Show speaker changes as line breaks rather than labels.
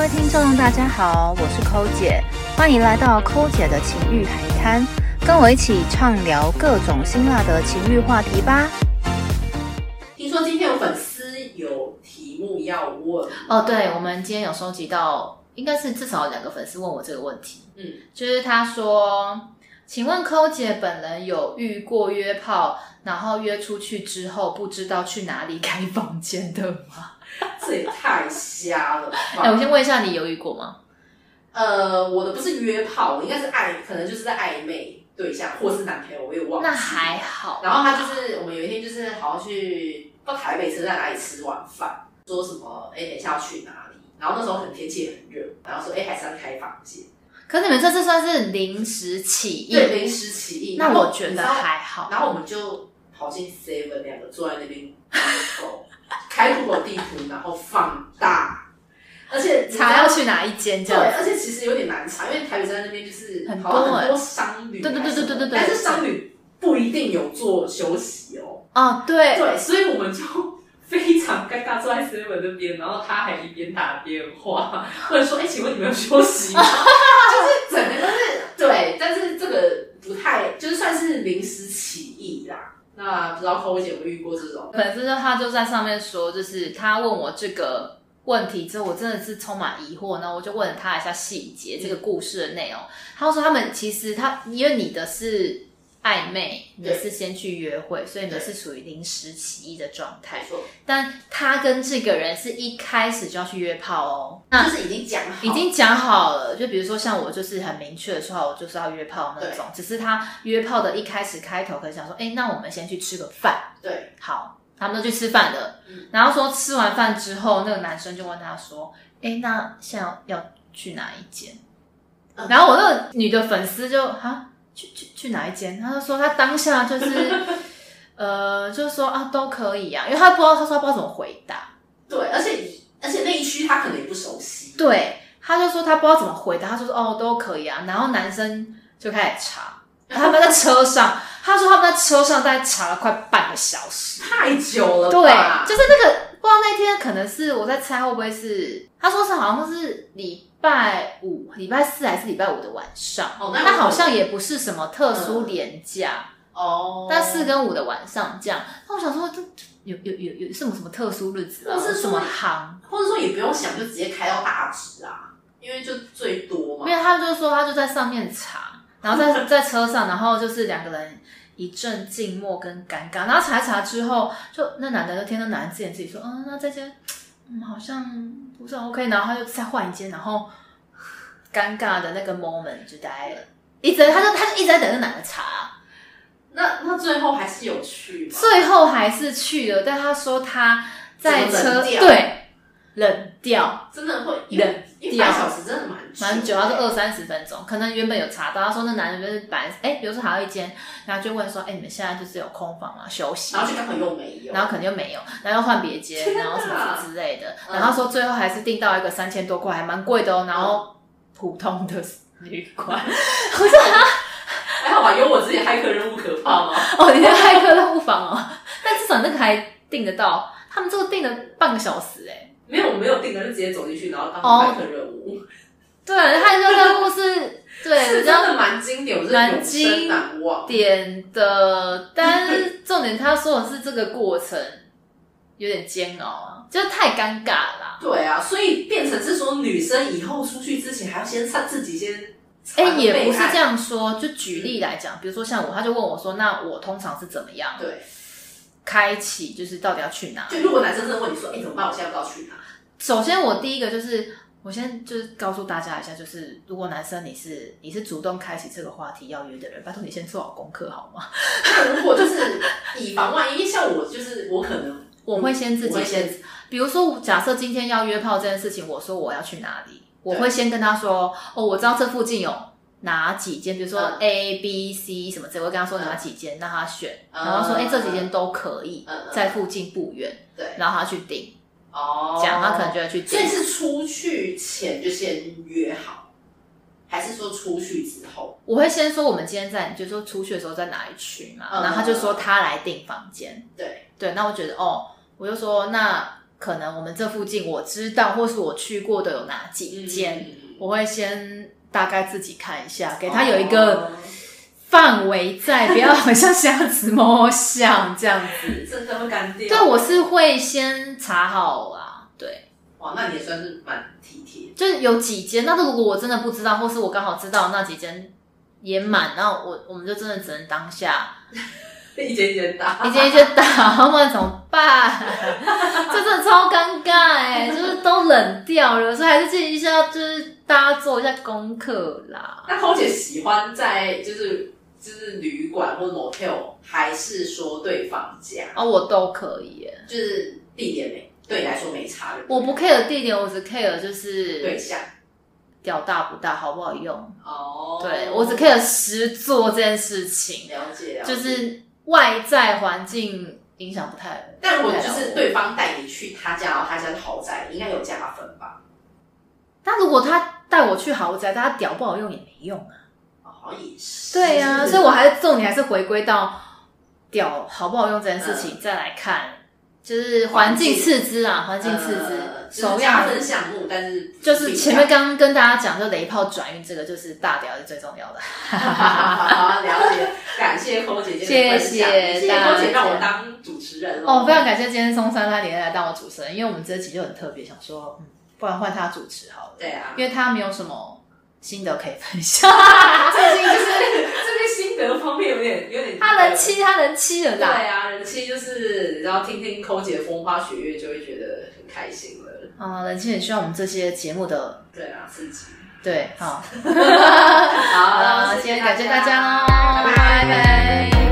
位听众，大家好，我是抠姐，欢迎来到抠姐的情欲海滩，跟我一起畅聊各种辛辣的情欲话题吧。
听说今天有粉丝有题目要问，
哦，对，我们今天有收集到，应该是至少有两个粉丝问我这个问题，
嗯，
就是他说，请问抠姐本人有遇过约炮，然后约出去之后不知道去哪里 开房间的吗？
这也太瞎了吧！
哎、我先问一下，你有遇过吗？
呃，我的不是约炮，我应该是暧，可能就是在暧昧对象或是男朋友，我也忘了。
那还好，
然后他就是我们有一天就是好像去到台北车站哪里吃晚饭，说什么哎、等一下要去哪里，然后那时候可能天气也很热，然后说哎、还是要开房间，
可是你们这次算是临时起意，
对，临时起意。
那
然后
我觉
你
得
知道
还好。
然后我们就跑进 Seven，两个坐在那边 Google，开 Google 地图，然后放大，而且
查要去哪一间这
对，
样
而且其实有点难查，因为台北站那边就是
很多
好像很
欸
多商旅还
对
是什
对
么，
对对对对对
但是商旅不一定有做休息哦，
哦，对，
对，所以我们就。非常尴尬，坐在 Seven 那边，然后他还一边打电话，或者说：“哎、请问你们有休息 吗？”就是整个都是对，但是这个不太，就是算是临时起意啦。那不知道扣姐有没有遇过这种？
粉丝他就在上面说，就是他问我这个问题之后，我真的是充满疑惑，然后我就问了他一下细节，这个故事的内容。他说他们其实他因为你的是暧昧，你的是先去约会，所以你的是处于临时起意的状态。
错，
但他跟这个人是一开始就要去约炮哦，
就
那
是已经讲好，
已经讲好了。就比如说像我，就是很明确的说好，我就是要约炮那种。只是他约炮的一开始开头可能想说，哎，那我们先去吃个饭。
对，
好，他们都去吃饭了。
嗯
然后说吃完饭之后，那个男生就问他说：“哎，那现在要去哪一间？”
嗯
然后我那个女的粉丝就哈，去去去哪一间？他就说他当下就是 呃，就是说啊都可以啊，因为他不知道，他说他不知道怎么回答，
对，而且你而且那一区他可能也不熟悉，
对，他就说他不知道怎么回答，他就说哦都可以啊。然后男生就开始查，他们在车上，他说他们在车上大概查了快半个小时。
太久了吧？
对，就是那个不知道那天可能是我在猜会不会是他说是好像是礼拜五、礼拜四还是礼拜五的晚上，
哦那
那好像也不是什么特殊连假，
哦，
但四跟五的晚上这样。那我想说这。有有有有什么什么特殊日子啊？
或是
什么行？
或者说也不用想，就直接开到大直啊，因为就最多嘛
没。有，他就说他就在上面查，然 后在在车上，然后就是两个人一阵静默跟尴尬，然后查一查之后，就那男的就听到男的自言自语说，嗯，那这间嗯好像不是很 OK，然后他就再换一间，然后尴尬的那个 moment 就待了。一直在，他就他就一直在等那男的查、
那那最后还是有去嘛？
最后还是去了，但他说他在
怎么
车
冷掉
对冷掉，
真的会一
冷
一
掉
半小时，真的蛮
蛮久，
的
他说二三十分钟，可能原本有查到，他说那男人就是本来是哎、比如说查到一间，然后就问说，哎、你们现在就是有空房吗？休息
然，后就刚好又没有，
然后可能又没有，然后又换别间，
天哪
然后什么之类的，
嗯
然后说最后还是订到一个三千多块，还蛮贵的哦，然后普通的旅 馆，我说啊
还哎好吧，有我自己骇客任务可怕吗？
哦，你的骇客任务房哦，但至少那个还订得到，他们这个订了半个小时哎、
没有，我没有订的，就直接走进去，然后当
哦
骇客任务，
对，骇客任务是，对，
是
你
真
知道
的蛮经典，我真的永生难忘。
点的，但是重点他说的是这个过程有点煎熬啊，就是太尴尬啦。
对啊，所以变成是说，女生以后出去之前还要先上自己先，
哎、也不是这
样，
样说，就举例来讲，比如说像我，他就问我说，那我通常是怎么样
对。
开启，就是到底要去哪？
就如果男生真的问你说，哎、怎么办？我现在不知道去哪，
首先我第一个就是。我先就是告诉大家一下，就是如果男生你是你是主动开启这个话题要约的人，拜托你先做好功课好吗？
那如果就是以防万一，因为像我就是我可能
我会先自
我会
己
先
先，比如说，假设今天要约炮这件事情，我说我要去哪里，我会先跟他说，哦，我知道这附近有哪几间，比如说
嗯
A、B、C 什么之类，我会跟他说哪几间，让他选，然后说，
嗯
哎，这几间都可以
嗯嗯，
在附近不远，
对
然后他去订，
哦
这样他可能就会去
所以
订。
是出去前就先约好，还是说出去之后？
我会先说我们今天在，就说出去的时候在哪里去嘛，
嗯
然后他就说他来订房间，
对，
对，那我觉得哦，我就说那可能我们这附近我知道或是我去过的有哪几间，
嗯
我会先大概自己看一下，给他有一个范围在，不要好像瞎子摸象这样子。
真的嗯会干掉。
对，我是会先查好啊，对，
哇，那你也算是蛮体贴。
就是有几间。那如果我真的不知道，或是我刚好知道那几间也满，那我我们就真的只能当下
一间一间打，
一间一间打， 不然怎么办？这真的超尴尬哎、就是都冷掉了，所以还是建议一下，就是大家做一下功课啦。
那空姐喜欢在就是就是旅馆或 motel，还是说对方家？
啊，我都可以耶、
就是地点没对你来说没差的。
我不 care 地点，我只 care 就是
对象
屌大不大，好不好用。
哦
对我只 care 实做这件事情，
了解，了解
就是外在环境影响不太。
但如果
不太
就
了
是
我
对方带你去他家，然后他家是豪宅，应该有加分吧？
那如果他带我去豪宅，但他屌不好用也没用啊。
哦，也是。
对呀、所以我还是重点还是回归到屌好不好用这件事
嗯
情、再来看，就是环境次之啊，环境次之，
呃就是
首
加
要
分项目，但是
就是前面刚刚跟大家讲，就雷炮转运这个就是大屌是最重要的。
好，了解，感谢寇姐姐的分享，
谢谢
谢谢寇姐让
大家
我当主持人
哦，非常感谢今天松山拉连来当我主持人，因为我们这期就很特别，想说，嗯，不然换他主持好了，
对啊，
因为他没有什么心得可以分享，
最近就是这个心得方面有点有点，
他人气，他人气了
对
啦。
啊，人气就是然后听听寇姐的风花雪月，就会觉得很开心了。
啊、人气很需要我们这些节目的，
对啊，自己
对，好，
好
好了，
谢
今
谢
天感谢大家喽，
拜拜。
拜拜